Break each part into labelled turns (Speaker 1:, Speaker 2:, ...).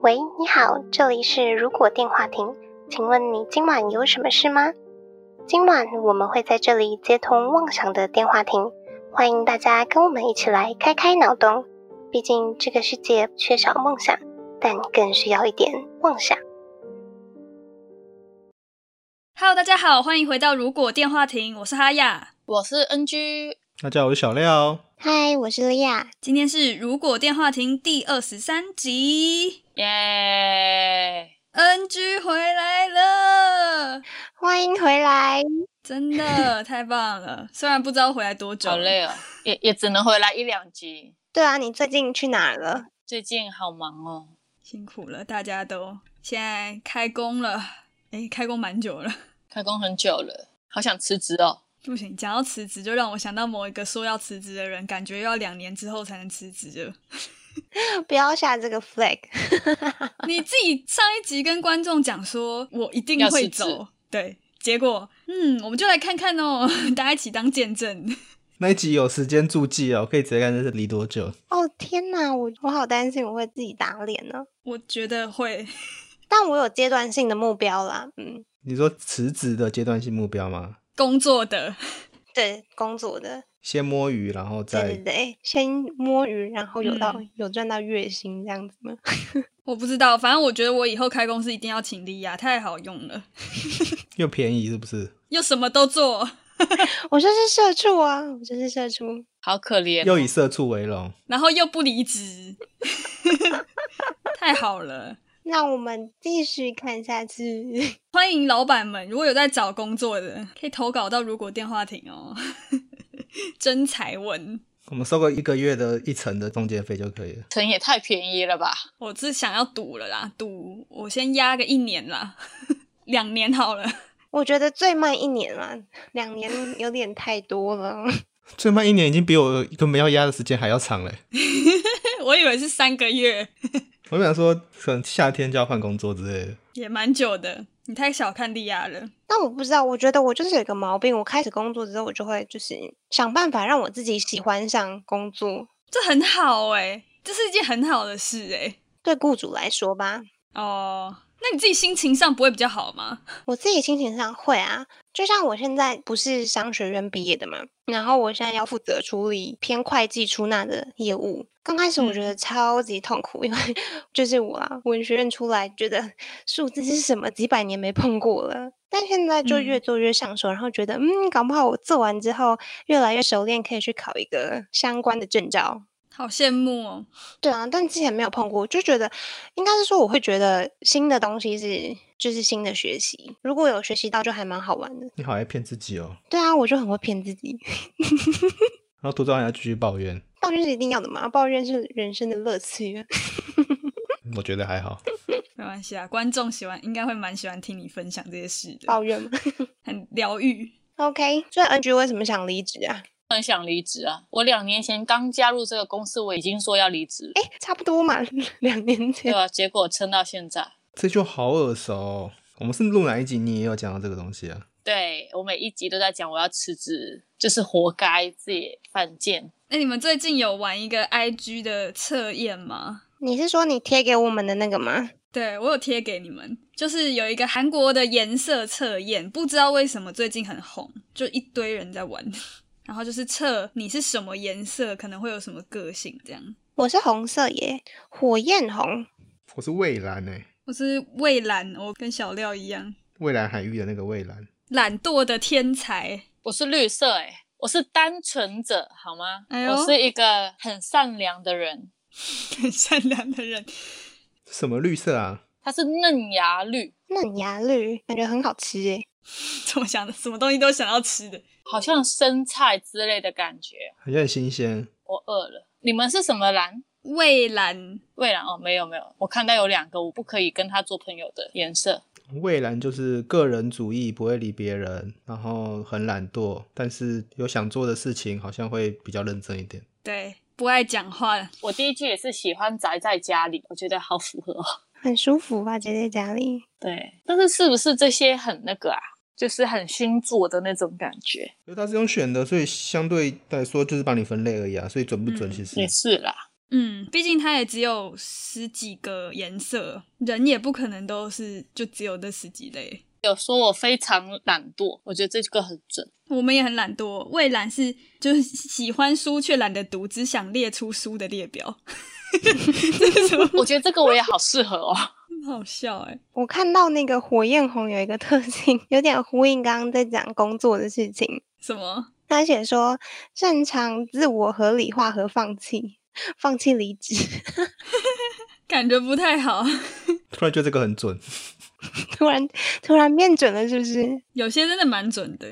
Speaker 1: 喂，你好，这里是如果电话亭，请问你今晚有什么事吗？今晚我们会在这里接通妄想的电话亭，欢迎大家跟我们一起来开开脑洞。毕竟这个世界缺少梦想，但更需要一点妄想。
Speaker 2: Hello，大家好，欢迎回到《如果电话亭》，我是哈雅。
Speaker 3: 我是 NG，
Speaker 4: 大家好，我是小廖。
Speaker 1: 嗨，我是莉亚。
Speaker 2: 今天是《如果电话亭》第二十三集
Speaker 3: 耶！
Speaker 2: ，NG 回来了，
Speaker 1: 欢迎回来，
Speaker 2: 真 的太棒了。虽然不知道回来多久，
Speaker 3: 好累哦，也也只能回来一两集。
Speaker 5: 对啊，你最近去哪儿了？
Speaker 3: 最近好忙哦，
Speaker 2: 辛苦了，大家都现在开工了，诶，开工蛮久了。
Speaker 3: 开工很久了，好想辞职哦。
Speaker 2: 不行，讲到辞职，就让我想到某一个说要辞职的人，感觉又要两年之后才能辞职了。
Speaker 5: 不要下这个 flag。
Speaker 2: 你自己上一集跟观众讲说，我一定
Speaker 3: 要
Speaker 2: 会
Speaker 3: 辞职
Speaker 2: 走，对，结果，嗯，我们就来看看哦， 大家一起当见证。
Speaker 4: 那一集有时间注记哦，可以直接看这是离多久。
Speaker 5: 哦天哪，我我好担心我会自己打脸呢。
Speaker 2: 我觉得会，
Speaker 5: 但我有阶段性的目标啦，嗯，
Speaker 4: 你说辞职的阶段性目标吗？
Speaker 2: 工作的，
Speaker 5: 对，工作的，
Speaker 4: 先摸鱼，然后
Speaker 5: 对对
Speaker 4: 再
Speaker 5: 对，先摸鱼，然后有到、
Speaker 2: 嗯
Speaker 5: 有赚到月薪这样子吗？
Speaker 2: 我不知道，反正我觉得我以后开公司一定要请莉亚，太好用了，
Speaker 4: 又便宜，是不是？
Speaker 2: 又什么都做，
Speaker 5: 我就是社畜啊，我就是社畜。
Speaker 3: 好可怜、哦，
Speaker 4: 又以社畜为荣。
Speaker 2: 然后又不离职， 太好了。
Speaker 5: 那我们继续看下去。
Speaker 2: 欢迎老板们，如果有在找工作的，可以投稿到如果电话亭哦。 真才文，
Speaker 4: 我们收个一个月的一成的中介费就可以了。
Speaker 3: 成也太便宜了吧？
Speaker 2: 我是想要赌了啦，赌我先压个一年啦， 两年好了。
Speaker 5: 我觉得最慢一年啦，两年有点太多了。
Speaker 4: 最慢一年已经比我根本要压的时间还要长嘞。
Speaker 2: 我以为是三个月，
Speaker 4: 我想说，可能夏天就要换工作之类的。
Speaker 2: 也蛮久的。你太小看莉亚了。
Speaker 5: 但我不知道，我觉得我就是有一个毛病，我开始工作之后，我就会就是想办法让我自己喜欢上工作。
Speaker 2: 这很好哎、这是一件很好的事哎、
Speaker 5: 对雇主来说吧，
Speaker 2: 哦，那你自己心情上不会比较好吗？
Speaker 5: 我自己心情上会啊，就像我现在不是商学院毕业的嘛，然后我现在要负责处理偏会计出纳的业务。刚开始我觉得超级痛苦，因为就是我啊，文学院出来觉得数字是什么，几百年没碰过了。但现在就越做越上手，然后觉得嗯，搞不好我做完之后越来越熟练，可以去考一个相关的证照。
Speaker 2: 好羡慕哦！
Speaker 5: 对啊，但之前没有碰过，就觉得应该是说我会觉得新的东西是就是新的学习，如果有学习到就还蛮好玩的。
Speaker 4: 你好爱骗自己哦。
Speaker 5: 对啊，我就很会骗自己，
Speaker 4: 然后途中还要继续抱怨，
Speaker 5: 抱怨是一定要的嘛，抱怨是人生的乐趣。啊
Speaker 4: 我觉得还好。
Speaker 2: 没关系啊，观众喜欢应该会蛮喜欢听你分享这些事的，
Speaker 5: 抱怨嘛。
Speaker 2: 很疗愈。
Speaker 5: OK，所以 NG 为什么想离职啊？
Speaker 3: 很想离职啊！我两年前刚加入这个公司，我已经说要离职，
Speaker 5: 哎，差不多嘛， 两年前。
Speaker 3: 对啊吧、结果撑到现在。
Speaker 4: 这就好耳熟哦、我们是录哪一集，你也有讲到这个东西啊？
Speaker 3: 对我每一集都在讲我要辞职，就是活该自己犯贱。
Speaker 2: 那你们最近有玩一个 IG 的测验吗？
Speaker 5: 你是说你贴给我们的那个吗？
Speaker 2: 对我有贴给你们，就是有一个韩国的颜色测验，不知道为什么最近很红，就一堆人在玩。然后就是测你是什么颜色，可能会有什么个性这样。
Speaker 5: 我是红色耶，火焰红。
Speaker 4: 我是蔚蓝诶、欸
Speaker 2: 我是蔚蓝，我跟小廖一样，
Speaker 4: 蔚蓝海域的那个蔚蓝。
Speaker 2: 懒惰的天才。
Speaker 3: 我是绿色、欸，哎，我是单纯者，好吗？
Speaker 2: 哎呦
Speaker 3: 我是一个很善良的人，
Speaker 2: 很善良的人，
Speaker 4: 什么绿色啊？
Speaker 3: 他是嫩芽绿，
Speaker 5: 嫩芽绿，感觉很好吃耶。
Speaker 2: 怎么想的？什么东西都想要吃的。
Speaker 3: 好像生菜之类的感觉。
Speaker 4: 好像很新鲜。
Speaker 3: 我饿了，你们是什么蓝？
Speaker 2: 蔚蓝，
Speaker 3: 蔚蓝哦，没有没有，我看到有两个我不可以跟他做朋友的颜色。
Speaker 4: 蔚蓝就是个人主义，不会理别人，然后很懒惰，但是有想做的事情好像会比较认真一点。
Speaker 2: 对，不爱讲话，
Speaker 3: 我第一句也是喜欢宅在家里，我觉得好符合哦。
Speaker 5: 很舒服吧，宅在家里。
Speaker 3: 对，但是是不是这些很那个啊？就是很星座的那种感觉。
Speaker 4: 因为它是用选的，所以相对来说就是帮你分类而已啊，所以准不准
Speaker 2: 嗯
Speaker 4: 其实、
Speaker 3: 也是啦，
Speaker 2: 嗯，毕竟它也只有十几个颜色，人也不可能都是就只有这十几类。
Speaker 3: 有说我非常懒惰，我觉得这个很准。
Speaker 2: 我们也很懒惰，蔚蓝是就是喜欢书却懒得读，只想列出书的列表， 这是什么？
Speaker 3: 我觉得这个我也好适合哦。
Speaker 2: 好笑哎、
Speaker 5: 我看到那个火焰红有一个特性， 有点呼应刚刚在讲工作的事情。
Speaker 2: 什么？
Speaker 5: 他写说擅长自我合理化和放弃，放弃离职。
Speaker 2: 感觉不太好，
Speaker 4: 突然觉得这个很准。
Speaker 5: 突然突然变准了，是不是？
Speaker 2: 有些真的蛮准的。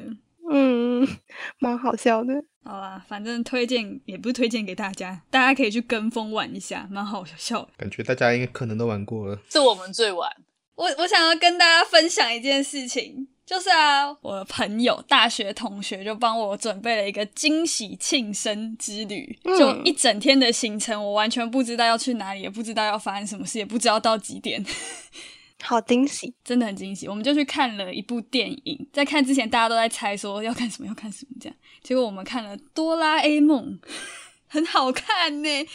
Speaker 5: 嗯， 蛮好笑的。
Speaker 2: 好啦，反正推荐也不是推荐给大家，大家可以去跟风玩一下，蛮好笑的。
Speaker 4: 感觉大家应该可能都玩过了，
Speaker 3: 这我们最晚，
Speaker 2: 我我想要跟大家分享一件事情，就是啊，我的朋友大学同学就帮我准备了一个惊喜庆生之旅，
Speaker 5: 嗯
Speaker 2: 就一整天的行程，我完全不知道要去哪里，也不知道要发生什么事，也不知道到几点，
Speaker 5: 好惊喜！
Speaker 2: 真的很惊喜。我们就去看了一部电影，在看之前大家都在猜说要看什么要看什么这样，结果我们看了《哆啦 A 梦》， 很好看呢、
Speaker 3: 《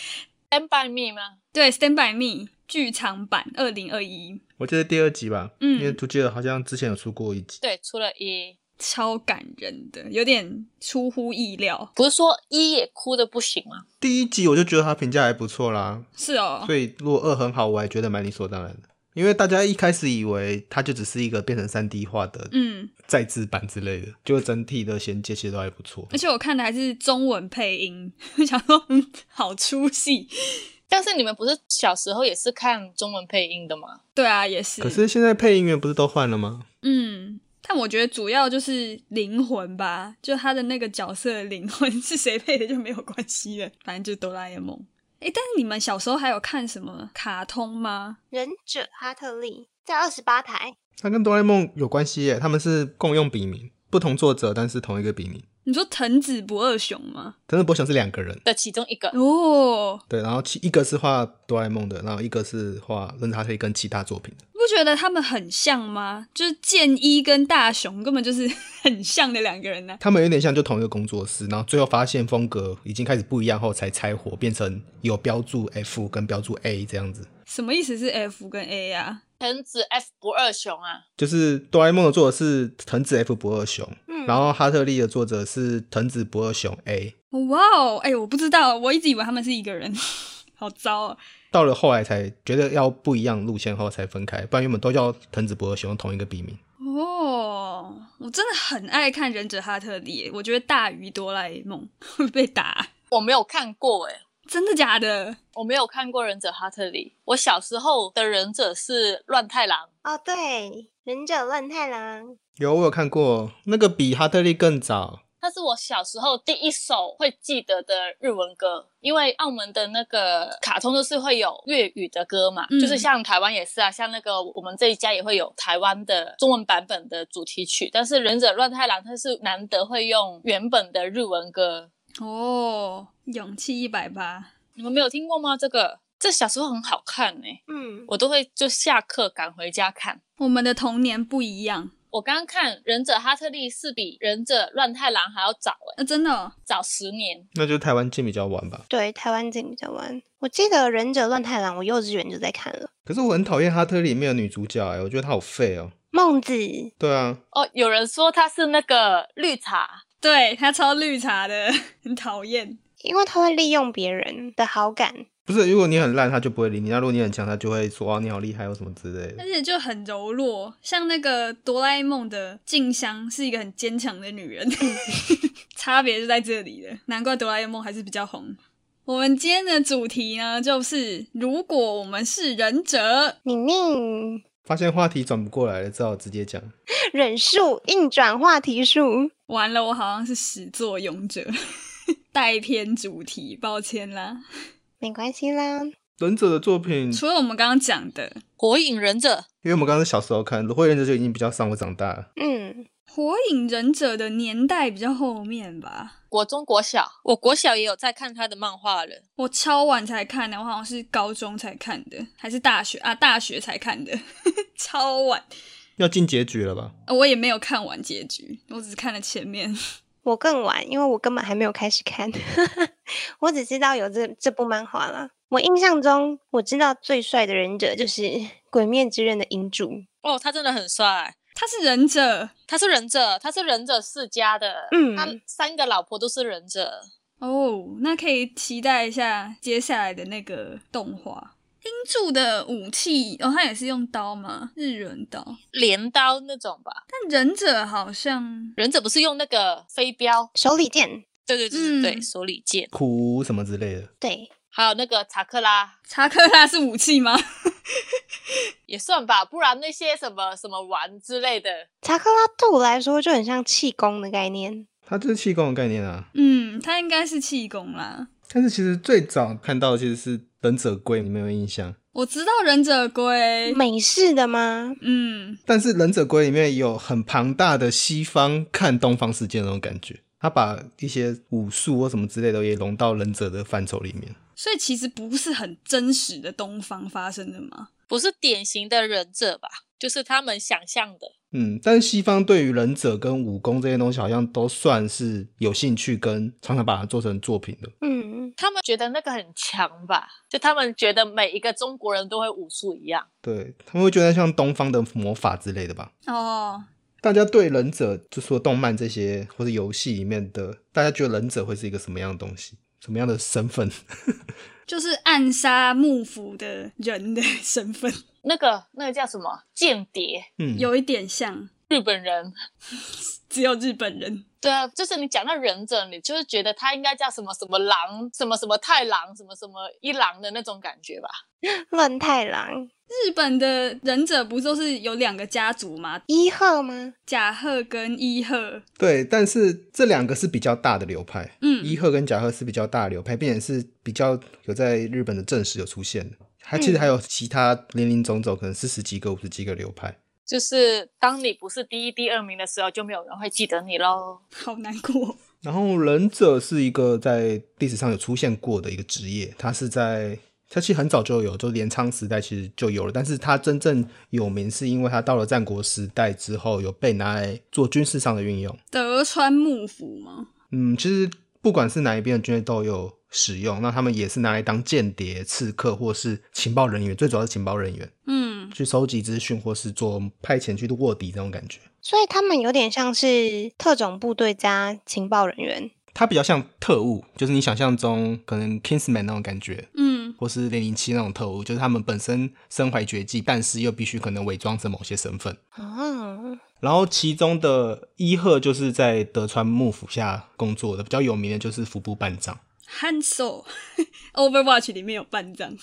Speaker 3: Stand by Me》吗？
Speaker 2: 对，《Stand by Me》剧场版二零二一，
Speaker 4: 我记得第二集吧，
Speaker 2: 嗯
Speaker 4: 因为我记得好像之前有出过一集，
Speaker 3: 对，除了一，
Speaker 2: 超感人的，有点出乎意料。
Speaker 3: 不是说一也哭的不行哦吗？
Speaker 4: 第一集我就觉得它评价还不错啦，
Speaker 2: 是哦，
Speaker 4: 所以如果二很好，我还觉得蛮理所当然的。因为大家一开始以为它就只是一个变成三 D 化的
Speaker 2: 嗯，
Speaker 4: 再制版之类的，就整体的衔接其实都还不错
Speaker 2: 而。且我看的还是中文配音， 我想说，嗯，好出戏。
Speaker 3: 但是你们不是小时候也是看中文配音的吗？
Speaker 2: 对啊，也是。
Speaker 4: 可，是现在配音员不是都换了吗？
Speaker 2: 嗯，但我觉得主要就是灵魂吧，就他的那个角色的灵魂是谁配的就没有关系了，反正就是哆啦 A 梦。诶，但是你们小时候还有看什么卡通吗？
Speaker 5: 忍者哈特利在二十八台，
Speaker 4: 它跟哆啦 A 梦有关系耶，他们是共用笔名，不同作者，但是同一个笔名。
Speaker 2: 你说藤子不二雄吗？
Speaker 4: 藤子不二雄是两个人，
Speaker 3: 的其中一个，
Speaker 2: 哦，
Speaker 4: 对，然后其一个是画哆啦 A 梦的，然后一个是画任他可以跟其他作品的。
Speaker 2: 不觉得他们很像吗？就是剑一跟大雄根本就是 很像的两个人呢、
Speaker 4: 他们有点像就同一个工作室，然后最后发现风格已经开始不一样后才拆伙，变成有标注 F 跟标注 A 这样子。
Speaker 2: 什么意思是 F 跟 A 啊呀、
Speaker 3: 藤子 F 不二雄啊，
Speaker 4: 就是哆啦 A 梦的作者是藤子 F 不二雄，
Speaker 5: 嗯
Speaker 4: 然后哈特利的作者是藤子不二雄 A。
Speaker 2: 哇哦，哎，我不知道，我一直以为他们是一个人， 好糟哦。
Speaker 4: 到了后来才觉得要不一样路线后才分开，不然原本都叫藤子不二雄同一个笔名。
Speaker 2: 哦，我真的很爱看《忍者哈特利耶》，我觉得大于哆啦 A 梦 会被打，
Speaker 3: 我没有看过诶、
Speaker 2: 真的假的？
Speaker 3: 我没有看过忍者哈特利。我小时候的忍者是乱太郎，
Speaker 5: 哦，对，忍者乱太郎，
Speaker 4: 有我有看过那个比哈特利更早，
Speaker 3: 那是我小时候第一首会记得的日文歌，因为澳门的那个卡通都是会有粤语的歌嘛，
Speaker 2: 嗯
Speaker 3: 就是像台湾也是啊，像那个我们这一家也会有台湾的中文版本的主题曲，但是忍者乱太郎它是难得会用原本的日文歌，
Speaker 2: 哦，勇气一百八，
Speaker 3: 你们没有听过吗？这个这小时候很好看哎、
Speaker 5: 嗯，
Speaker 3: 我都会就下课赶回家看。
Speaker 2: 我们的童年不一样，
Speaker 3: 我刚刚看《忍者哈特利》是比《忍者乱太郎》还要早哎、
Speaker 2: 呃，真的哦、
Speaker 3: 早十年。
Speaker 4: 那就是台湾进比较晚吧。
Speaker 5: 对，台湾景比较晚。我记得忍者乱太郎，我幼稚园就在看了。
Speaker 4: 可是我很讨厌哈特利里面的女主角哎、我觉得她好废哦、
Speaker 5: 孟子，
Speaker 4: 对啊，
Speaker 3: 哦，有人说他是那个绿茶，
Speaker 2: 对他超绿茶的，很讨厌。
Speaker 5: 因为他会利用别人的好感，
Speaker 4: 不是，如果你很烂，她就不会理你；那如果你很强，她就会说啊你好厉害，或什么之类
Speaker 2: 而
Speaker 4: 的。
Speaker 2: 且就很柔弱，像那个哆啦 A 梦的静香是一个很坚强的女人， 差别就在这里了。难怪哆啦 A 梦还是比较红。我们今天的主题呢，就是如果我们是忍者，
Speaker 5: 你命
Speaker 4: 发现话题转不过来了，只好直接讲。
Speaker 5: 忍术硬转话题术。
Speaker 2: 完了，我好像是始作俑者， 带偏主题，抱歉啦。
Speaker 5: 没关系啦，
Speaker 4: 忍者的作品，
Speaker 2: 除了我们刚刚讲的
Speaker 3: 《火影忍者》
Speaker 4: 因为我们刚刚是小时候看《火影忍者》，就已经比较上我长大了。
Speaker 5: 嗯，
Speaker 2: 《火影忍者》的年代比较后面吧，
Speaker 3: 国中、国小，我国小也有在看他的漫画了。
Speaker 2: 我超晚才看的，我好 像是高中才看的，还是大学啊？大学才看的，超晚。
Speaker 4: 要进结局了吧？
Speaker 2: 呃我也没有看完结局，我只是看了前面。
Speaker 5: 我更晚，因为我根本还没有开始看， 我只知道有这这部漫画啦。我印象中，我知道最帅的忍者就是《鬼灭之刃》的银主，
Speaker 3: 哦，他真的很帅，
Speaker 2: 他是忍者
Speaker 3: 他是忍者，他是忍者世家的，
Speaker 5: 嗯
Speaker 3: 他三个老婆都是忍者。
Speaker 2: 哦，那可以期待一下接下来的那个动画。英柱的武器哦，他也是用刀吗？日轮刀。
Speaker 3: 镰刀那种吧，
Speaker 2: 但忍者好像
Speaker 3: 忍者不是用那个飞镖？
Speaker 5: 手里剑，
Speaker 3: 对对对对对，
Speaker 2: 嗯
Speaker 3: 手里剑，
Speaker 4: 苦什么之类的，
Speaker 5: 对，
Speaker 3: 还有那个查克拉
Speaker 2: 查克拉是武器吗？
Speaker 3: 也算吧，不然那些什么什么丸之类的，
Speaker 5: 查克拉对我来说就很像气功的概念。
Speaker 4: 它这是气功的概念啊。
Speaker 2: 嗯，他应该是气功啦。
Speaker 4: 但是其实最早看到的其实是《忍者龟》，你们有没有印象？
Speaker 2: 我知道忍者龟，
Speaker 5: 美式的吗？
Speaker 2: 嗯，
Speaker 4: 但是《忍者龟》里面有很庞大的西方看东方世界那种感觉，它把一些武术或什么之类的也融到忍者的范畴里面。
Speaker 2: 所以其实不是很真实的东方发生的吗？
Speaker 3: 不是典型的忍者吧？就是他们想象的。
Speaker 4: 嗯，但是西方对于忍者跟武功这些东西，好像都算是有兴趣跟常常把它做成作品的。
Speaker 5: 嗯，
Speaker 3: 他们觉得那个很强吧，就他们觉得每一个中国人都会武术一样。
Speaker 4: 对他们会觉得像东方的魔法之类的吧。
Speaker 2: 哦，
Speaker 4: 大家对忍者，就说动漫这些或是游戏里面的，大家觉得忍者会是一个什么样的东西，什么样的身份？
Speaker 2: 就是暗杀幕府的人的身份，
Speaker 3: 那个那个叫什么间谍？
Speaker 4: 嗯，
Speaker 2: 有一点像，
Speaker 3: 日本人。
Speaker 2: 只有日本人。
Speaker 3: 对啊，就是你讲到忍者，你就是觉得他应该叫什么什么狼，什么什么太郎，什么什么一郎的那种感觉吧。
Speaker 5: 乱太郎
Speaker 2: 日本的忍者不就是有两个家族吗？
Speaker 5: 一鹤吗？
Speaker 2: 甲贺跟伊贺。
Speaker 4: 对，但是这两个是比较大的流派，
Speaker 2: 嗯
Speaker 4: 伊贺跟甲贺是比较大的流派，并且是比较有在日本的正史有出现的。它其实还有其他林林总总，可能四十几个、五十几个流派。
Speaker 3: 就是当你不是第一、第二名的时候，就没有人会记得你喽。
Speaker 2: 好难过。
Speaker 4: 然后忍者是一个在历史上有出现过的一个职业，它是在它其实很早就有，就镰仓时代其实就有了，但是它真正有名是因为它到了战国时代之后有被拿来做军事上的运用。
Speaker 2: 德川幕府吗？
Speaker 4: 嗯，其实不管是哪一边的军队都有使用，那他们也是拿来当间谍、刺客或是情报人员，最主要是情报人员
Speaker 2: 嗯，
Speaker 4: 去收集资讯或是做派遣去卧底这种感觉。
Speaker 5: 所以他们有点像是特种部队加情报人员。
Speaker 4: 它比较像特务，就是你想象中可能 Kingsman 那种感觉，
Speaker 2: 嗯，
Speaker 4: 或是零零七那种特务，就是他们本身身怀绝技，但是又必须可能伪装成某些身份。
Speaker 2: 啊
Speaker 5: 哦，
Speaker 4: 然后其中的伊贺就是在德川幕府下工作的，比较有名的就是服部半藏。
Speaker 2: 汉手 Overwatch 里面有半张，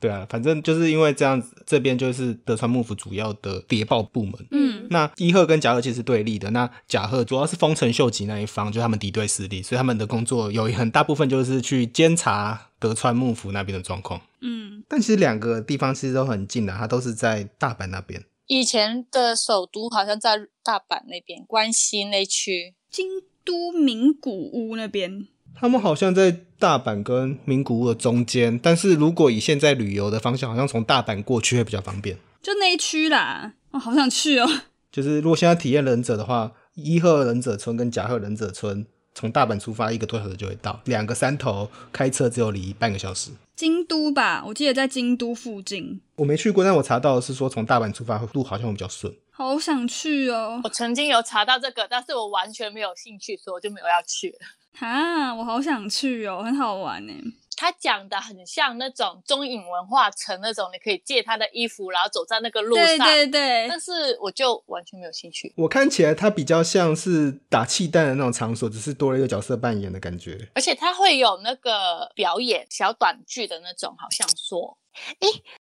Speaker 4: 对啊，反正就是因为这样子，这边就是德川幕府主要的谍报部门。
Speaker 2: 嗯，
Speaker 4: 那伊贺跟甲贺其实是对立的，那甲贺主要是丰臣秀吉那一方，就是他们敌对势力，所以他们的工作有很大部分就是去监察德川幕府那边的状况。
Speaker 2: 嗯，
Speaker 4: 但其实两个地方其实都很近的、它都是在大阪那边。
Speaker 3: 以前的首都好像在大阪那边，关西那区。
Speaker 2: 京都名古屋那边，
Speaker 4: 他们好像在大阪跟名古屋的中间，但是如果以现在旅游的方向，好像从大阪过去会比较方便。
Speaker 2: 就那一区啦。哦，好想去哦。
Speaker 4: 就是如果现在体验忍者的话，伊贺忍者村跟甲贺忍者村从大阪出发一个多小时就会到，两个山头开车只有离半个小时。
Speaker 2: 京都吧，我记得在京都附近，
Speaker 4: 我没去过，但我查到的是说从大阪出发路好像会比较顺。
Speaker 2: 好想去哦
Speaker 3: 我。曾经有查到这个，但是我完全没有兴趣，所以我就没有要去。
Speaker 2: 哈，我好想去哦，很好玩呢。
Speaker 3: 他讲的很像那种中影文化城那种，你可以借他的衣服，然后走在那个路上。
Speaker 2: 对对对，
Speaker 3: 但是我就完全没有兴趣，
Speaker 4: 我看起来它比较像是打气弹的那种场所，只是多了一个角色扮演的感觉。
Speaker 3: 而且他会有那个表演小短剧的那种，好像说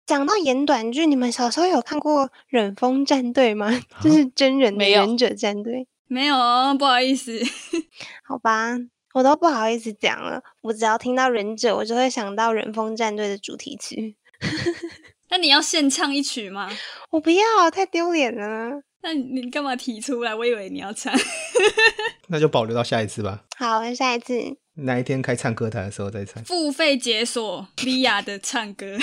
Speaker 5: 讲到演短剧，你们小时候有看过《忍风战队》吗？
Speaker 2: 啊
Speaker 5: 就是真人的
Speaker 3: 没有
Speaker 5: 忍者战队，
Speaker 2: 没有哦，不好意思。
Speaker 5: 好吧。我都不好意思讲了，我只要听到忍者，我就会想到忍风战队的主题曲。
Speaker 2: 那你要现唱一曲吗？
Speaker 5: 我不要，太丢脸了。
Speaker 2: 那你干嘛提出来？我以为你要唱。
Speaker 4: 那就保留到下一次吧，
Speaker 5: 好，下一次
Speaker 4: 哪一天开唱歌台的时候再唱，
Speaker 2: 付费解锁 v i a 的唱歌。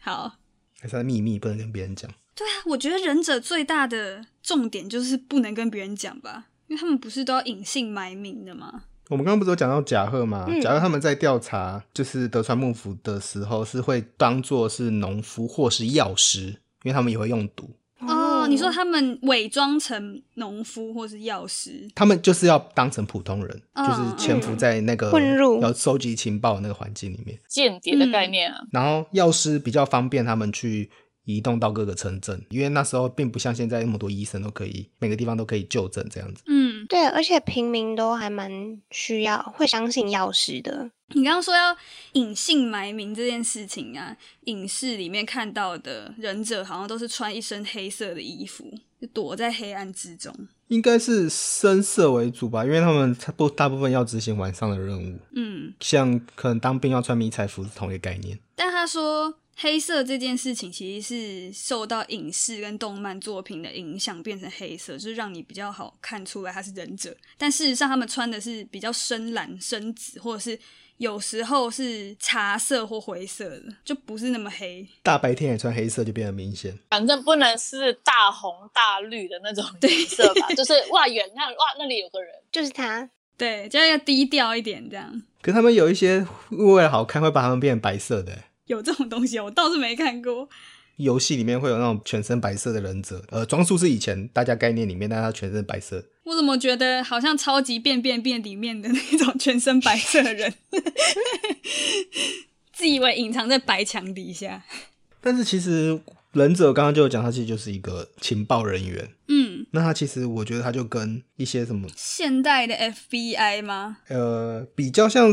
Speaker 2: 好，
Speaker 4: 还是它秘密不能跟别人讲。
Speaker 2: 对啊，我觉得忍者最大的重点就是不能跟别人讲吧，因为他们不是都要隐姓埋名的吗？
Speaker 4: 我们刚刚不是有讲到甲贺嘛？
Speaker 5: 嗯
Speaker 4: 甲贺他们在调查就是德川幕府的时候，是会当做是农夫或是药师，因为他们也会用毒，
Speaker 2: 哦，你说他们伪装成农夫或是药师，
Speaker 4: 他们就是要当成普通人，
Speaker 2: 嗯
Speaker 4: 就是潜伏在那个
Speaker 5: 哦嗯混入
Speaker 4: 要收集情报的那个环境里面。
Speaker 3: 间谍的概念啊，
Speaker 4: 然后药师比较方便他们去移动到各个城镇，因为那时候并不像现在那么多医生都可以每个地方都可以就诊这样子。
Speaker 2: 嗯，
Speaker 5: 对，而且平民都还蛮需要会相信药师的，
Speaker 2: 你刚刚说要隐姓埋名这件事情啊，影视里面看到的忍者好像都是穿一身黑色的衣服，就躲在黑暗之中。
Speaker 4: 应该是声色为主吧，因为他们差不大部分要执行晚上的任务，
Speaker 2: 嗯，
Speaker 4: 像可能当兵要穿迷彩服是同一个概念。
Speaker 2: 但他说黑色这件事情其实是受到影视跟动漫作品的影响，变成黑色，就是让你比较好看出来他是忍者。但事实上，他们穿的是比较深蓝、深紫，或者是有时候是茶色或灰色的，就不是那么黑。
Speaker 4: 大白天也穿黑色就变得明显，
Speaker 3: 反正不能是大红大绿的那种颜色吧，就是哇远看哇那里有个人，
Speaker 5: 就是他。
Speaker 2: 对，就要低调一点，这样
Speaker 4: 可是他们有一些为了好看会把他们变成白色的、欸
Speaker 2: 有这种东西，我倒是没看过。
Speaker 4: 游戏里面会有那种全身白色的忍者，呃，装束是以前大家概念里面，但他全身白色，
Speaker 2: 我怎么觉得好像超级变变变里面的那种全身白色的人， 自以为隐藏在白墙底下。
Speaker 4: 但是其实忍者刚刚就有讲，他其实就是一个情报人员。
Speaker 2: 嗯，
Speaker 4: 那他其实我觉得他就跟一些什么
Speaker 2: 现代的 FBI 吗
Speaker 4: 呃比较像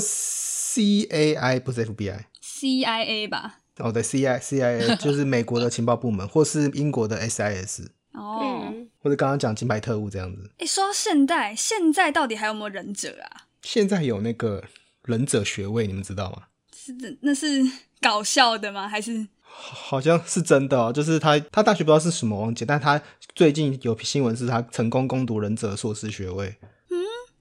Speaker 4: CAI 不是 FBI
Speaker 2: ？CIA 吧？
Speaker 4: 哦对 CI CIA 就是美国的情报部门，或是英国的 SIS，
Speaker 2: 哦，哎、
Speaker 5: 嗯，
Speaker 4: 或者刚刚讲金牌特务这样子。
Speaker 2: 说到现代，现在到底还有没有忍者啊？
Speaker 4: 现在有那个忍者学位，你们知道吗？
Speaker 2: 是的，那是搞笑的吗？还是
Speaker 4: 好像是真的哦，就是他他大学不知道是什么忘记，但他最近有新闻是他成功攻读忍者硕士学位。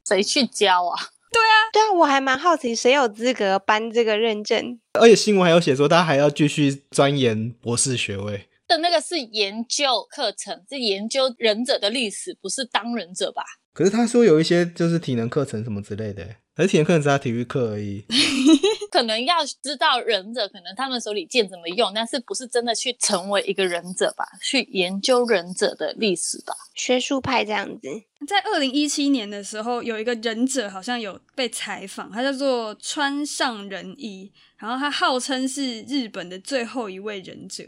Speaker 3: 谁去教啊？
Speaker 5: 对啊，我还蛮好奇谁有资格颁这个认证？
Speaker 4: 而且新闻还有写说，他还要继续钻研博士学位。
Speaker 3: 的那个是研究课程，是研究忍者的历史，不是当忍者吧？
Speaker 4: 可是他说有一些就是体能课程什么之类的，而体能课程只是他体育课而已。
Speaker 3: 可能要知道忍者，可能他们手里剑怎么用，但是不是真的去成为一个忍者吧？去研究忍者的历史吧？
Speaker 5: 学术派这样子，
Speaker 2: 在二零一七年的时候，有一个忍者好像有被采访，他叫做川上仁一，然后他号称是日本的最后一位忍者，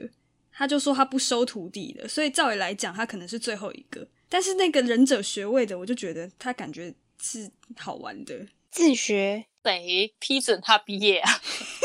Speaker 2: 他就说他不收徒弟的，所以照理来讲，他可能是最后一个。但是那个忍者学位的，我就觉得他感觉是好玩的，
Speaker 5: 自学。
Speaker 3: 谁批准他毕业啊？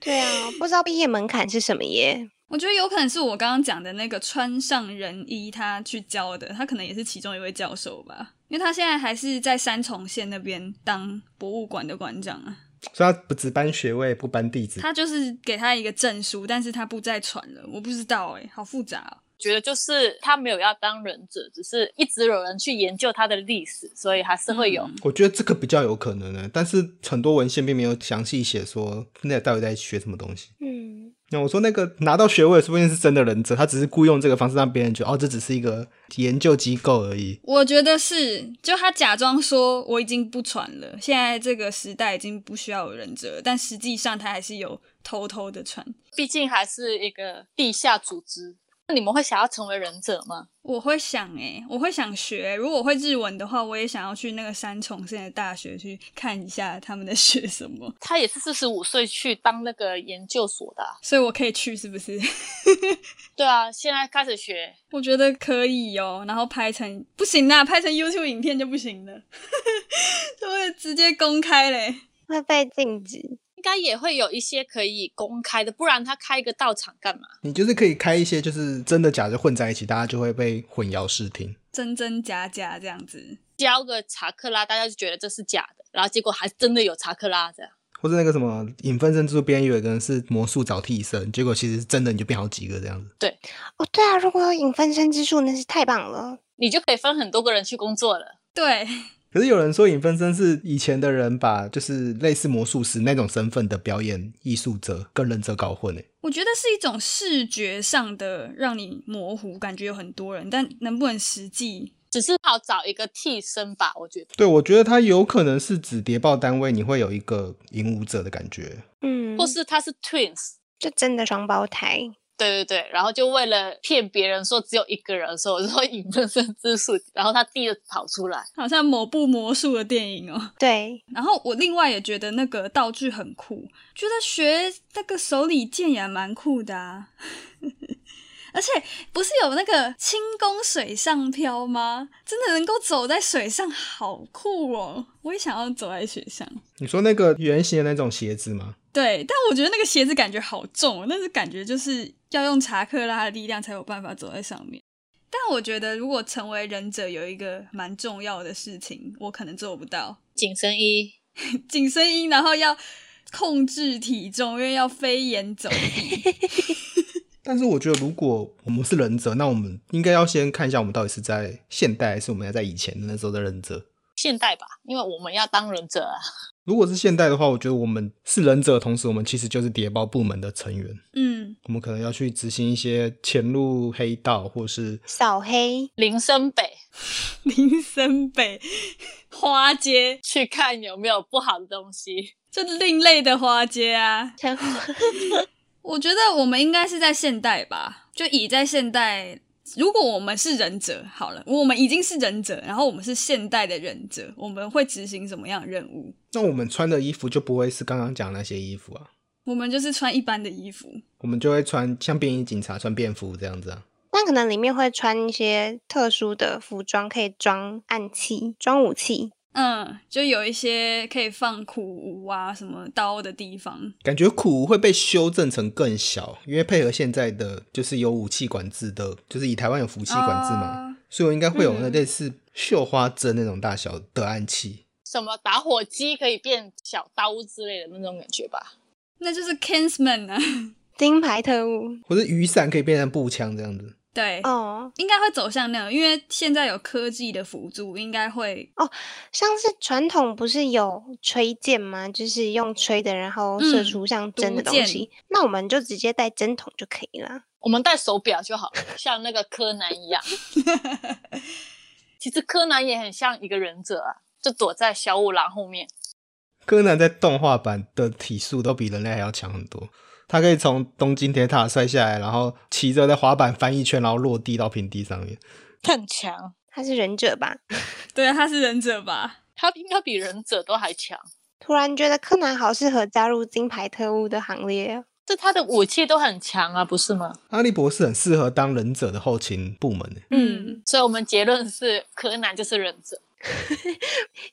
Speaker 5: 对啊，不知道毕业门槛是什么耶？
Speaker 2: 我觉得有可能是我刚刚讲的那个川上仁一他去教的，他可能也是其中一位教授吧，因为他现在还是在三重县那边当博物馆的馆长啊。
Speaker 4: 所以他不只搬学位，不搬地址。
Speaker 2: 他就是给他一个证书，但是他不再传了，我不知道哎、好复杂、哦。
Speaker 3: 觉得就是他没有要当忍者，只是一直有人去研究他的历史，所以还是会有。
Speaker 2: 嗯
Speaker 4: 我觉得这个比较有可能呢，但是很多文献并没有详细写说那到底在学什么东西。
Speaker 5: 嗯，
Speaker 4: 那我说那个拿到学位，说不定是真的忍者，他只是雇用这个方式让别人觉得哦，这只是一个研究机构而已。
Speaker 2: 我觉得是，就他假装说我已经不传了，现在这个时代已经不需要有忍者了，但实际上他还是有偷偷的传。
Speaker 3: 毕竟还是一个地下组织。那你们会想要成为忍者吗？
Speaker 2: 我会想诶、我会想学、如果我会日文的话，我也想要去那个三重县的大学去看一下他们在学什么，
Speaker 3: 他也是四十五岁去当那个研究所的啊、
Speaker 2: 所以我可以去是不是？
Speaker 3: 对啊，现在开始学，
Speaker 2: 我觉得可以哦，然后拍成不行啦，拍成 YouTube 影片就不行了， 就会直接公开嘞。
Speaker 5: 会被禁止。
Speaker 3: 应该也会有一些可以公开的，不然他开一个道场干嘛？
Speaker 4: 你就是可以开一些就是真的假的混在一起，大家就会被混淆视听。
Speaker 2: 真真假假这样子，
Speaker 3: 教个查克拉，大家就觉得这是假的，然后结果还真的有查克拉这样。
Speaker 4: 或者那个什么影分身之术，别人以为有一个人是魔术找替身，结果其实是真的你就变好几个这样子。
Speaker 5: 哦，对啊，如果有影分身之术，那是太棒了。
Speaker 3: 你就可以分很多个人去工作了。
Speaker 2: 对，
Speaker 4: 可是有人说影分身是以前的人把就是类似魔术师那种身份的表演艺术者跟忍者搞混诶、欸
Speaker 2: 我觉得是一种视觉上的让你模糊，感觉有很多人，但能不能实际？
Speaker 3: 只是好找一个替身吧，我觉得，
Speaker 4: 对，我觉得它有可能是指谍报单位，你会有一个影舞者的感觉。
Speaker 5: 嗯，
Speaker 3: 或是他是 twins，
Speaker 5: 就真的双胞胎，
Speaker 3: 对对对，然后就为了骗别人说只有一个人，所以我说影分身之术，然后他弟就跑出来，
Speaker 2: 好像某部魔术的电影哦。
Speaker 5: 对，
Speaker 2: 然后我另外也觉得那个道具很酷，觉得学那个手里剑也蛮酷的啊。 而且不是有那个轻功水上漂吗？真的能够走在水上，好酷哦！我也想要走在水上。
Speaker 4: 你说那个圆形的那种鞋子吗？
Speaker 2: 对，但我觉得那个鞋子感觉好重哦，但是感觉就是要用查克拉的力量才有办法走在上面。但我觉得，如果成为忍者有一个蛮重要的事情，我可能做不到，
Speaker 3: 紧身衣，
Speaker 2: 紧身衣，然后要控制体重，因为要飞檐走壁。
Speaker 4: 但是我觉得，如果我们是忍者，那我们应该要先看一下我们到底是在现代，还是我们要在以前的那时候的忍者。
Speaker 3: 现代吧，因为我们要当忍者啊，
Speaker 4: 如果是现代的话，我觉得我们是忍者，的同时我们其实就是谍报部门的成员，
Speaker 2: 嗯，
Speaker 4: 我们可能要去执行一些潜入黑道或是
Speaker 5: 扫黑，
Speaker 3: 林森北
Speaker 2: 林森北花街
Speaker 3: 去看有没有不好的东西，
Speaker 2: 就另类的花街啊，
Speaker 5: 然后
Speaker 2: 我觉得我们应该是在现代吧，就以在现代。如果我们是忍者，好了，我们已经是忍者，然后我们是现代的忍者，我们会执行什么样的任务？
Speaker 4: 那我们穿的衣服就不会是刚刚讲的那些衣服啊，
Speaker 2: 我们就是穿一般的衣服，
Speaker 4: 我们就会穿像便衣警察穿便服这样子啊。
Speaker 5: 那可能里面会穿一些特殊的服装，可以装暗器、装武器。
Speaker 2: 嗯，就有一些可以放苦无啊、什么刀的地方。
Speaker 4: 感觉苦会被修正成更小，因为配合现在的就是有武器管制的，就是以台湾有武器管制嘛，
Speaker 2: 啊
Speaker 4: 所以我应该会有那
Speaker 2: 嗯
Speaker 4: 类似绣花针那种大小的暗器。
Speaker 3: 什么打火机可以变小刀之类的那种感觉吧，
Speaker 2: 那就是 Kinsman 啊，
Speaker 5: 金牌特务
Speaker 4: 或者雨伞可以变成步枪这样子。
Speaker 2: 对，
Speaker 5: 哦，
Speaker 2: 应该会走向那样，因为现在有科技的辅助，应该会
Speaker 5: 像是传统不是有吹剑吗？就是用吹的，然后射
Speaker 2: 嗯
Speaker 5: 出像针
Speaker 2: 毒
Speaker 5: 的东
Speaker 2: 箭
Speaker 5: 西。那我们就直接带针筒就可以了。
Speaker 3: 我们戴手表就好了，像那个柯南一样。其实柯南也很像一个忍者啊，就躲在小五郎后面。
Speaker 4: 柯南在动画版的体速都比人类还要强很多，他可以从东京铁塔摔下来，然后骑着在滑板翻一圈，然后落地到平地上面。
Speaker 3: 很强，
Speaker 5: 他是忍者吧？
Speaker 2: 对啊，他是忍者吧？
Speaker 3: 他应该比忍者都还强。
Speaker 5: 突然觉得柯南好适合加入金牌特务的行列哦。
Speaker 3: 这他的武器都很强啊，不是吗？
Speaker 4: 阿笠博士很适合当忍者的后勤部门欸耶，
Speaker 2: 嗯，
Speaker 3: 所以我们结论是，柯南就是忍者。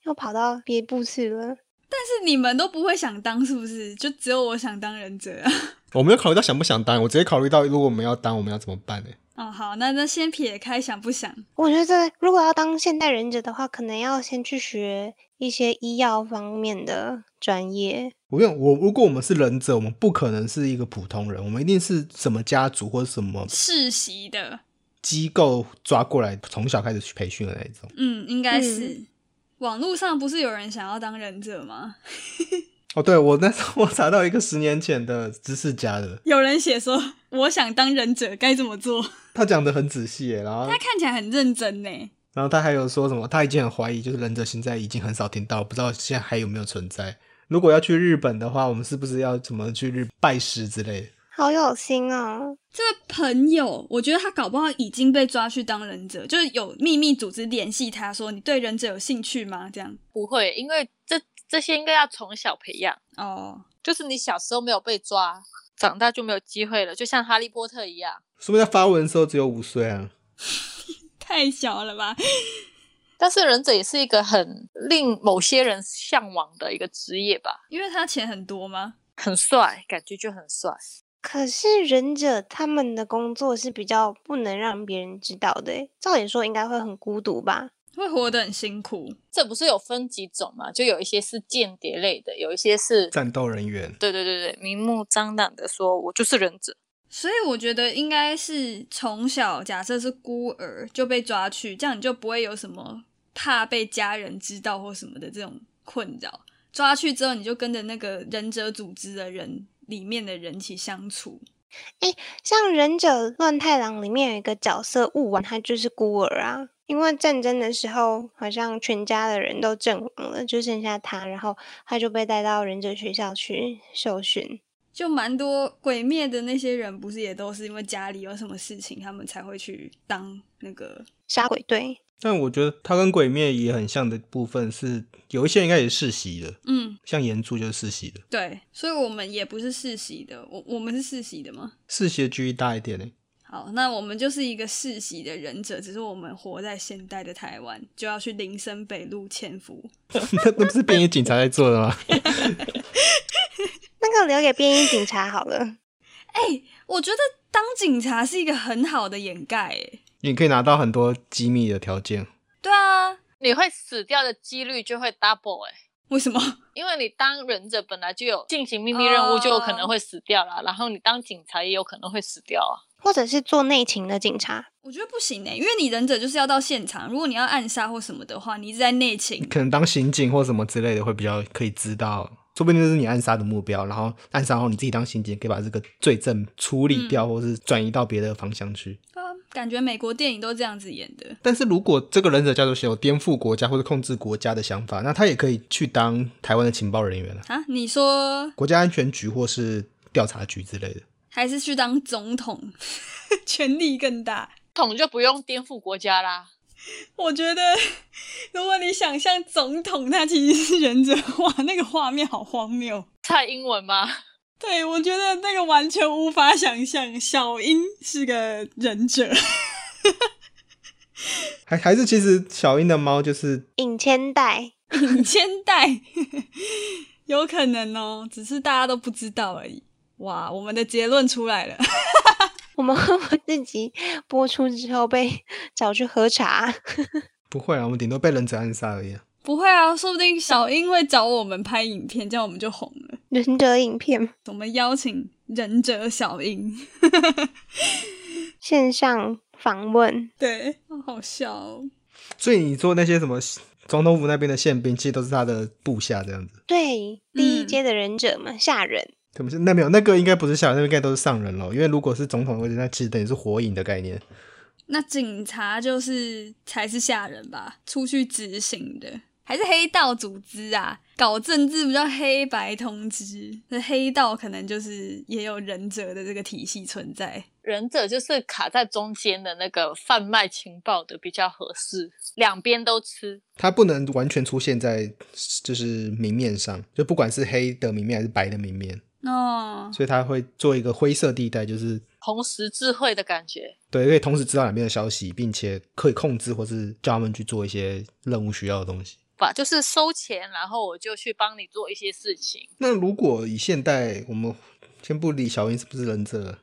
Speaker 5: 又跑到别部去了。
Speaker 2: 但是你们都不会想当，是不是？就只有我想当忍者 啊。
Speaker 4: 我没有考虑到想不想当，我直接考虑到如果我们要当，我们要怎么办欸呢？
Speaker 2: 哦，好，那那先撇开想不想，
Speaker 5: 我觉得如果要当现代忍者的话，可能要先去学一些医药方面的专业。
Speaker 4: 我用我如果我们是忍者，我们不可能是一个普通人，我们一定是什么家族或者什么
Speaker 2: 世袭的，
Speaker 4: 机构抓过来，从小开始去培训的那一种。
Speaker 2: 嗯，应该是。网络上不是有人想要当忍者吗？
Speaker 4: 哦，对我那时候 我查到一个十年前的知识家的，
Speaker 2: 有人写说 我想当忍者该怎么做，
Speaker 4: 他讲的很仔细耶，然后
Speaker 2: 他看起来很认真呢。
Speaker 4: 然后他还有说什么？他已经很怀疑，就是忍者现在已经很少听到，不知道现在还有没有存在。如果要去日本的话，我们是不是要怎么去日拜师之类的？
Speaker 5: 好有心哦！
Speaker 2: 这个朋友，我觉得他搞不好已经被抓去当忍者，就是有秘密组织联系他说你对忍者有兴趣吗？这样
Speaker 3: 不会，因为这这些应该要从小培养，
Speaker 2: 哦，
Speaker 3: 就是你小时候没有被抓，长大就没有机会了，就像哈利波特一样。
Speaker 4: 说明在发文的时候只有五岁啊！
Speaker 2: 太小了吧？
Speaker 3: 但是忍者也是一个很令某些人向往的一个职业吧，
Speaker 2: 因为他钱很多吗？
Speaker 3: 很帅，感觉就很帅。
Speaker 5: 可是忍者他们的工作是比较不能让别人知道的诶，照理说应该会很孤独吧？
Speaker 2: 会活得很辛苦，
Speaker 3: 这不是有分几种嘛？就有一些是间谍类的，有一些是
Speaker 4: 战斗人员，
Speaker 3: 对对对对，明目张胆的说我就是忍者。
Speaker 2: 所以我觉得应该是从小，假设是孤儿就被抓去，这样你就不会有什么怕被家人知道或什么的这种困扰。抓去之后，你就跟着那个忍者组织的人里面的人一起相处。
Speaker 5: 像忍者乱太郎里面有一个角色雾丸，他就是孤儿啊。因为战争的时候，好像全家的人都阵亡了，就剩下他，然后他就被带到忍者学校去受训。
Speaker 2: 就蛮多鬼灭的那些人，不是也都是因为家里有什么事情，他们才会去当那个
Speaker 5: 杀鬼队，
Speaker 4: 但我觉得它跟《鬼灭》也很像的部分是，有一些人应该也是世袭的，
Speaker 2: 嗯，
Speaker 4: 像岩柱就是世袭的，
Speaker 2: 对，所以我们也不是世袭的，我我们是世袭的吗？
Speaker 4: 世袭的几率大一点呢、
Speaker 2: 好，那我们就是一个世袭的忍者，只是我们活在现代的台湾，就要去林森北路潜伏。
Speaker 4: 那那不是便衣警察在做的吗？
Speaker 5: 那个留给便衣警察好了。
Speaker 2: 哎、我觉得当警察是一个很好的掩盖，哎，
Speaker 4: 你可以拿到很多机密的条件，
Speaker 2: 对啊，
Speaker 3: 你会死掉的几率就会 double 哎、
Speaker 2: 为什么？
Speaker 3: 因为你当忍者本来就有进行秘密任务，就有可能
Speaker 2: 哦
Speaker 3: 会死掉啦。然后你当警察也有可能会死掉啊。
Speaker 5: 或者是做内勤的警察，
Speaker 2: 我觉得不行哎、因为你忍者就是要到现场，如果你要暗杀或什么的话，你一直在内勤，
Speaker 4: 可能当刑警或什么之类的会比较可以知道，说不定就是你暗杀的目标，然后暗杀后你自己当刑警，可以把这个罪证处理掉，或是转移到别的方向去。
Speaker 2: 对啊，感觉美国电影都这样子演的。
Speaker 4: 但是如果这个忍者家族是有颠覆国家或者控制国家的想法，那他也可以去当台湾的情报人员了、
Speaker 2: 啊，你说
Speaker 4: 国家安全局或是调查局之类的。
Speaker 2: 还是去当总统， 权力更大。
Speaker 3: 统就不用颠覆国家啦。
Speaker 2: 我觉得，如果你想象总统他其实是忍者，哇，那个画面好荒谬。
Speaker 3: 蔡英文吗？
Speaker 2: 对，我觉得那个完全无法想象，小樱是个忍者，
Speaker 4: 还还是其实小樱的猫就是
Speaker 5: 引千代，
Speaker 2: 引千代，有可能哦，只是大家都不知道而已。哇，我们的结论出来了，
Speaker 5: 我们会不会自己播出之后被 找去喝茶？
Speaker 4: 不会啊，我们顶多被忍者暗杀而已啊、
Speaker 2: 不会啊，说不定小樱会找我们拍影片，这样我们就红了。
Speaker 5: 忍者影片
Speaker 2: 我们邀请忍者小樱，
Speaker 5: 线上访问，
Speaker 2: 对，好笑、哦。
Speaker 4: 所以你做那些什么总统府那边的宪兵，其实都是他的部下这样子。
Speaker 5: 对，第一
Speaker 2: 嗯
Speaker 5: 阶的忍者嘛，下人。
Speaker 4: 怎么是那没有那个应该不是下人，那个应该都是上人咯。因为如果是总统的位置，那其实等于是火影的概念。
Speaker 2: 那警察就是才是下人吧？出去执行的，还是黑道组织啊？搞政治不叫黑白通知，那黑道可能就是也有忍者的这个体系存在。
Speaker 3: 忍者就是卡在中间的那个贩卖情报的比较合适，两边都吃。
Speaker 4: 他不能完全出现在就是明面上，就不管是黑的明面还是白的明面，
Speaker 2: 哦，
Speaker 4: 所以他会做一个灰色地带，就是
Speaker 3: 红十字会的感觉，
Speaker 4: 对，可以同时知道两边的消息，并且可以控制或是叫他们去做一些任务需要的东西。
Speaker 3: 吧，就是收钱，然后我就去帮你做一些事情。
Speaker 4: 那如果以现代，我们先不理小樱是不是忍者了，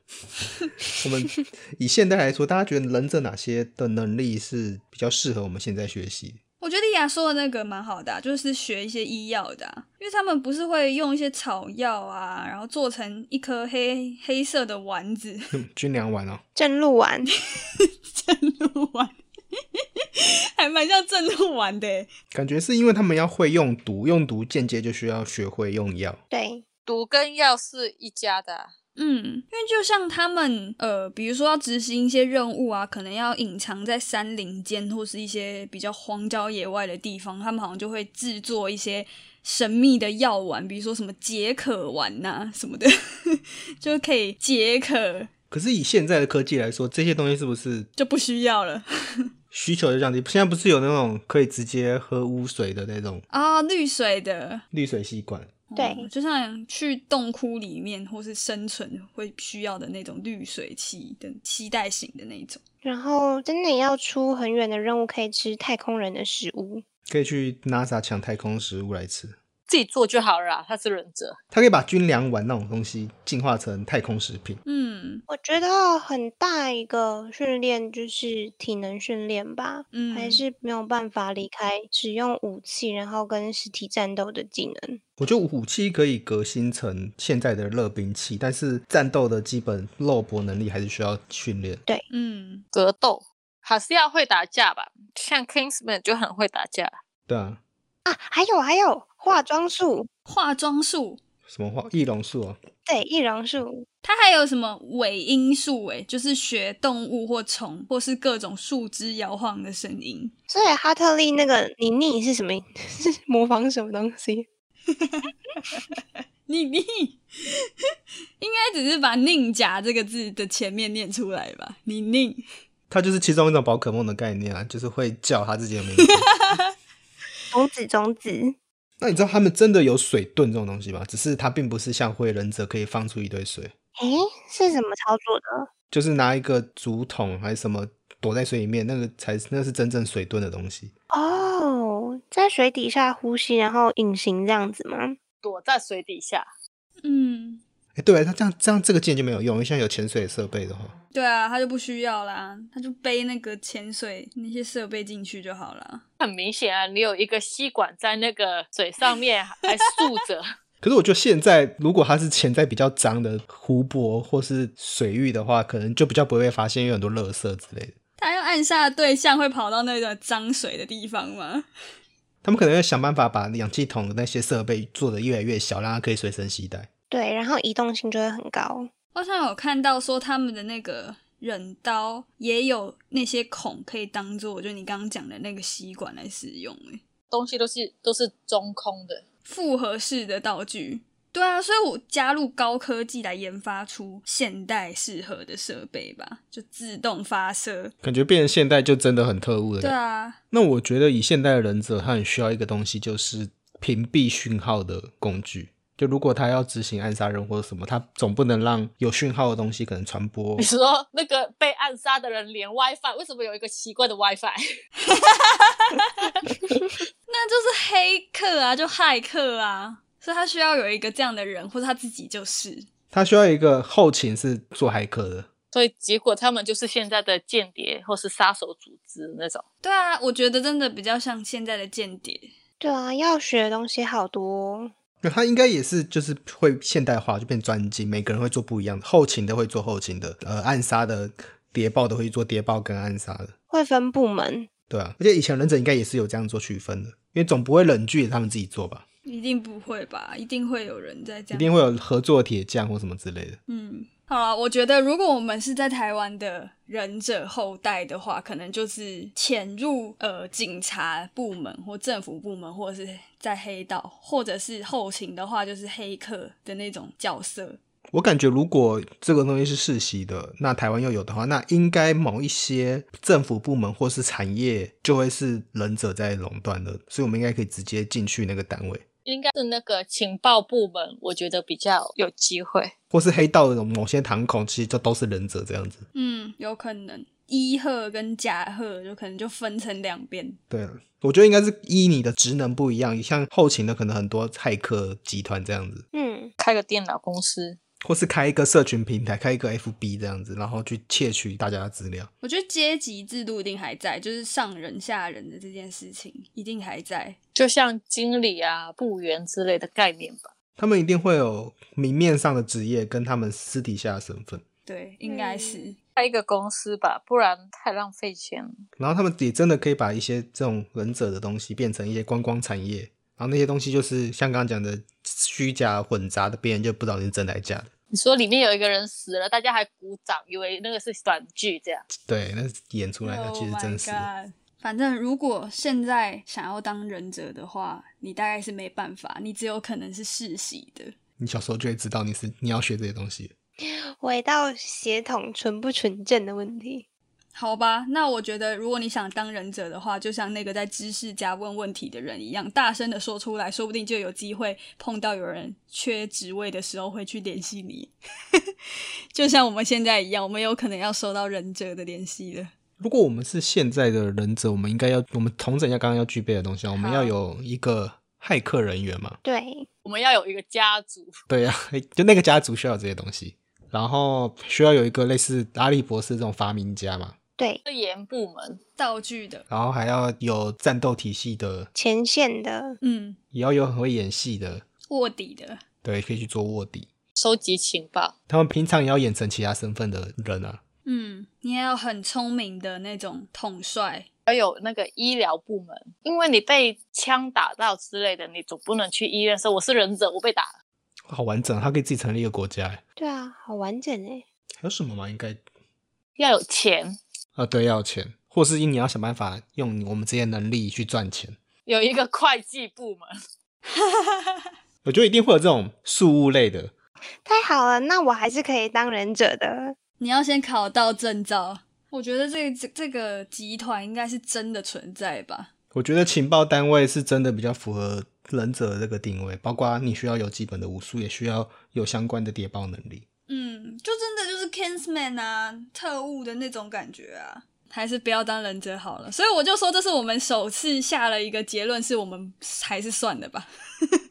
Speaker 4: 我们以现代来说，大家觉得忍者哪些的能力是比较适合我们现在学习？
Speaker 2: 我觉得莉亚说的那个蛮好的啊、就是学一些医药的、啊，因为他们不是会用一些草药啊，然后做成一颗黑黑色的丸子，
Speaker 4: 军粮丸哦，
Speaker 5: 正路丸，
Speaker 2: 正路丸， 还蛮像正路丸的欸耶。
Speaker 4: 感觉是因为他们要会用毒，用毒间接就需要学会用药。
Speaker 5: 对，
Speaker 3: 毒跟药是一家的啊，
Speaker 2: 嗯，因为就像他们呃，比如说要执行一些任务啊，可能要隐藏在山林间或是一些比较荒郊野外的地方，他们好像就会制作一些神秘的药丸，比如说什么解渴丸呐、什么的， 就可以解渴，
Speaker 4: 可是以现在的科技来说，这些东西是不是
Speaker 2: 就不需要了
Speaker 4: 需求就降低？现在不是有那种可以直接喝污水的那种
Speaker 2: 啊。绿水的，
Speaker 4: 滤水吸管？
Speaker 5: 对
Speaker 2: 嗯就像去洞窟里面或是生存会需要的那种滤水器的期待型的那种。
Speaker 5: 然后真的要出很远的任务，可以吃太空人的食物。
Speaker 4: 可以去 NASA 抢太空食物来吃。
Speaker 3: 自己做就好了啦。他是忍者，
Speaker 4: 它可以把军粮丸那种东西进化成太空食品。
Speaker 2: 嗯
Speaker 5: 我觉得很大一个训练就是体能训练吧，
Speaker 2: 嗯，
Speaker 5: 还是没有办法离开使用武器，然后跟实体战斗的技能。
Speaker 4: 我觉得武器可以革新成现在的热兵器，但是战斗的基本肉搏能力还是需要训练。
Speaker 2: 嗯。
Speaker 3: 格斗还是要会打架吧，像 Kingsman 就很会打架。
Speaker 4: 对啊，
Speaker 5: 啊，还有还有化妆术，
Speaker 2: 化妆术，
Speaker 4: 什么话？易容术啊，
Speaker 5: 对，易容术，
Speaker 2: 它还有什么尾音术？哎，就是学动物或虫，或是各种树枝摇晃的声音。
Speaker 5: 所以哈特利那个妮妮是什么？ 是模仿什么东西？
Speaker 2: 你 你应该只是把“宁夹”这个字的前面念出来吧？你宁
Speaker 4: 它就是其中一种宝可梦的概念啊，就是会叫它自己的名字。
Speaker 5: 种子种子，
Speaker 4: 那你知道他们真的有水遁这种东西吗？只是它并不是像火影忍者可以放出一堆水，
Speaker 5: 诶，是怎么操作的？
Speaker 4: 就是拿一个竹筒还是什么躲在水里面，那个才那是真正水遁的东西。
Speaker 5: 哦，在水底下呼吸，然后隐形这样子吗？
Speaker 3: 躲在水底下，
Speaker 2: 嗯，
Speaker 4: 哎，对啊，它这样这样这个技能就没有用，因为现在有潜水的设备的话，
Speaker 2: 对啊，他就不需要啦，他就背那个潜水那些设备进去就好了。
Speaker 3: 很明显啊，你有一个吸管在那个水上面还竖着，
Speaker 4: 可是我觉得现在如果它是潜在比较脏的湖泊或是水域的话，可能就比较不会被发现，因为有很多垃圾之类的。
Speaker 2: 他要暗杀的对象会跑到那个脏水的地方吗？
Speaker 4: 他们可能要想办法把氧气筒的那些设备做得越来越小，让它可以随身携带。
Speaker 5: 对，然后移动性就会很高。
Speaker 2: 好像有看到说他们的那个忍刀也有那些孔可以当做，就你刚刚讲的那个吸管来使用、欸，
Speaker 3: 东西都是都是中空的。
Speaker 2: 复合式的道具。对啊，所以我加入高科技来研发出现代适合的设备吧，就自动发射。
Speaker 4: 感觉变成现代就真的很特务了。
Speaker 2: 对啊，
Speaker 4: 那我觉得以现代的忍者，他很需要一个东西，就是屏蔽讯号的工具。就如果他要执行暗杀任务或者什么，他总不能让有讯号的东西可能传 播
Speaker 3: 你。说那个被暗杀的人连 WiFi，为什么有一个奇怪的 WiFi？
Speaker 2: 那就是黑客啊，就骇客啊，所以他需要有一个这样的人，或者他自己就是。
Speaker 4: 他需要一个后勤是做骇客的，
Speaker 3: 所以结果他们就是现在的间谍或是杀手组织那种。
Speaker 2: 对啊，我觉得真的比较像现在的间谍。
Speaker 5: 对啊，要学的东西好多哦、
Speaker 4: 那他应该也是就是会现代化，就变专精，每个人会做不一样的，后勤的会做后勤的，呃，暗杀的、谍报的会做谍报跟暗杀的，
Speaker 5: 会分部门。
Speaker 4: 对啊。而且以前忍者应该也是有这样做区分的，因为总不会忍具他们自己做吧，
Speaker 2: 一定不会吧？一定会有人在这
Speaker 4: 一
Speaker 2: 样。
Speaker 4: 定会有合作铁匠或什么之类的。
Speaker 2: 嗯，好了，我觉得如果我们是在台湾的忍者后代的话，可能就是潜入呃警察部门或政府部门，或者是在黑道，或者是后勤的话，就是黑客的那种角色。
Speaker 4: 我感觉，如果这个东西是世袭的，那台湾又有的话，那应该某一些政府部门或是产业就会是忍者在垄断的，所以我们应该可以直接进去那个单位，
Speaker 3: 应该是那个情报部门，我觉得比较有机会。
Speaker 4: 或是黑道的某些堂口，其实就都是忍者这样子。
Speaker 2: 嗯，有可能一鹤跟甲鹤就可能就分成两边。
Speaker 4: 对啊，我觉得应该是依你的职能不一样，像后勤的可能很多骇客集团这样子，
Speaker 5: 嗯，
Speaker 3: 开个电脑公司，
Speaker 4: 或是开一个社群平台，开一个 FB 这样子，然后去窃取大家的资料。
Speaker 2: 我觉得阶级制度一定还在，就是上人下人的这件事情一定还在。
Speaker 3: 就像经理啊、部员之类的概念吧。
Speaker 4: 他们一定会有明面上的职业跟他们私底下的身份。
Speaker 2: 对，应该是。
Speaker 5: 嗯
Speaker 3: 开一个公司吧，不然太浪费钱了。
Speaker 4: 然后他们也真的可以把一些这种忍者的东西变成一些观光产业，然后那些东西就是像刚刚讲的虚假混杂的，别人就不知道你是真的还是假的。
Speaker 3: 你说里面有一个人死了，大家还鼓掌，以为那个是短剧这样。
Speaker 4: 对，那是演出来的
Speaker 2: Oh
Speaker 4: 其实
Speaker 2: my
Speaker 4: 真实。
Speaker 2: God 反正如果现在想要当忍者的话，你大概是没办法，你只有可能是世袭的。
Speaker 4: 你小时候就会知道你是你要学这些东西。
Speaker 5: 回到血统纯不纯正的问题。
Speaker 2: 好吧，那我觉得如果你想当忍者的话，就像那个在知识家问问题的人一样，大声的说出来，说不定就有机会碰到有人缺职位的时候会去联系你。 就像我们现在一样，我们有可能要收到忍者的联系的。
Speaker 4: 如果我们是现在的忍者，我们应该要我们统整一下刚刚要具备的东西啊，我们
Speaker 2: 好
Speaker 4: 要有一个骇客人员嘛，
Speaker 5: 对，
Speaker 3: 我们要有一个家族，
Speaker 4: 对呀、 就那个家族需要有这些东西，然后需要有一个类似阿笠博士这种发明家嘛，
Speaker 5: 对，
Speaker 3: 科研部门，
Speaker 2: 道具的，
Speaker 4: 然后还要有战斗体系的
Speaker 5: 前线的
Speaker 2: 嗯，
Speaker 4: 也要有很会演戏的，
Speaker 2: 卧底的，
Speaker 4: 对，可以去做卧底。
Speaker 3: 收集情报。
Speaker 4: 他们平常也要演成其他身份的人啊，
Speaker 2: 嗯，你也要很聪明的那种统帅，
Speaker 3: 还呃有那个医疗部门，因为你被枪打到之类的，你总不能去医院说我是忍者，我被打了。
Speaker 4: 好完整，它可以自己成立一个国家。哎
Speaker 5: 对啊，好完整哎、
Speaker 4: 还有什么吗？应该
Speaker 3: 要有钱，
Speaker 4: 啊，对，要有钱，或是你要想办法用我们这些能力去赚钱。
Speaker 3: 有一个会计部门，
Speaker 4: 我觉得一定会有这种事务类的，
Speaker 5: 太好了，那我还是可以当忍者的。
Speaker 2: 你要先考到证照。我觉得这这这个集团应该是真的存在吧？
Speaker 4: 我觉得情报单位是真的比较符合忍者的这个定位，包括你需要有基本的武术，也需要有相关的谍报能力。
Speaker 2: 嗯，就真的就是 Kingsman 啊，特务的那种感觉啊，还是不要当忍者好了。所以我就说，这是我们首次下了一个结论，是我们还是算了吧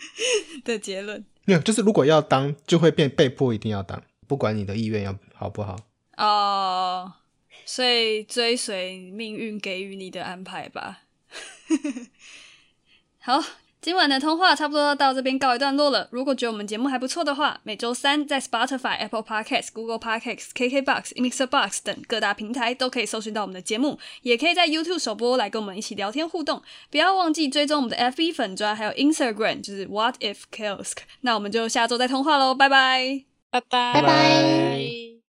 Speaker 2: 的结论。
Speaker 4: 没有，就是如果要当，就会变被迫一定要当，不管你的意愿要好不好。
Speaker 2: 哦，所以追随命运给予你的安排吧。 好，今晚的通话差不多到这边告一段落了。如果觉得我们节目还不错的话，每周三在 Spotify、Apple Podcasts、Google Podcasts、KKBox、Mixer Box 等各大平台都可以搜寻到我们的节目，也可以在 YouTube 首播来跟我们一起聊天互动。不要忘记追踪我们的 FB 粉专，还有 Instagram，就是 What If Kiosk。那我们就下周再通话喽，拜拜。
Speaker 3: 拜拜
Speaker 1: 拜拜
Speaker 4: 拜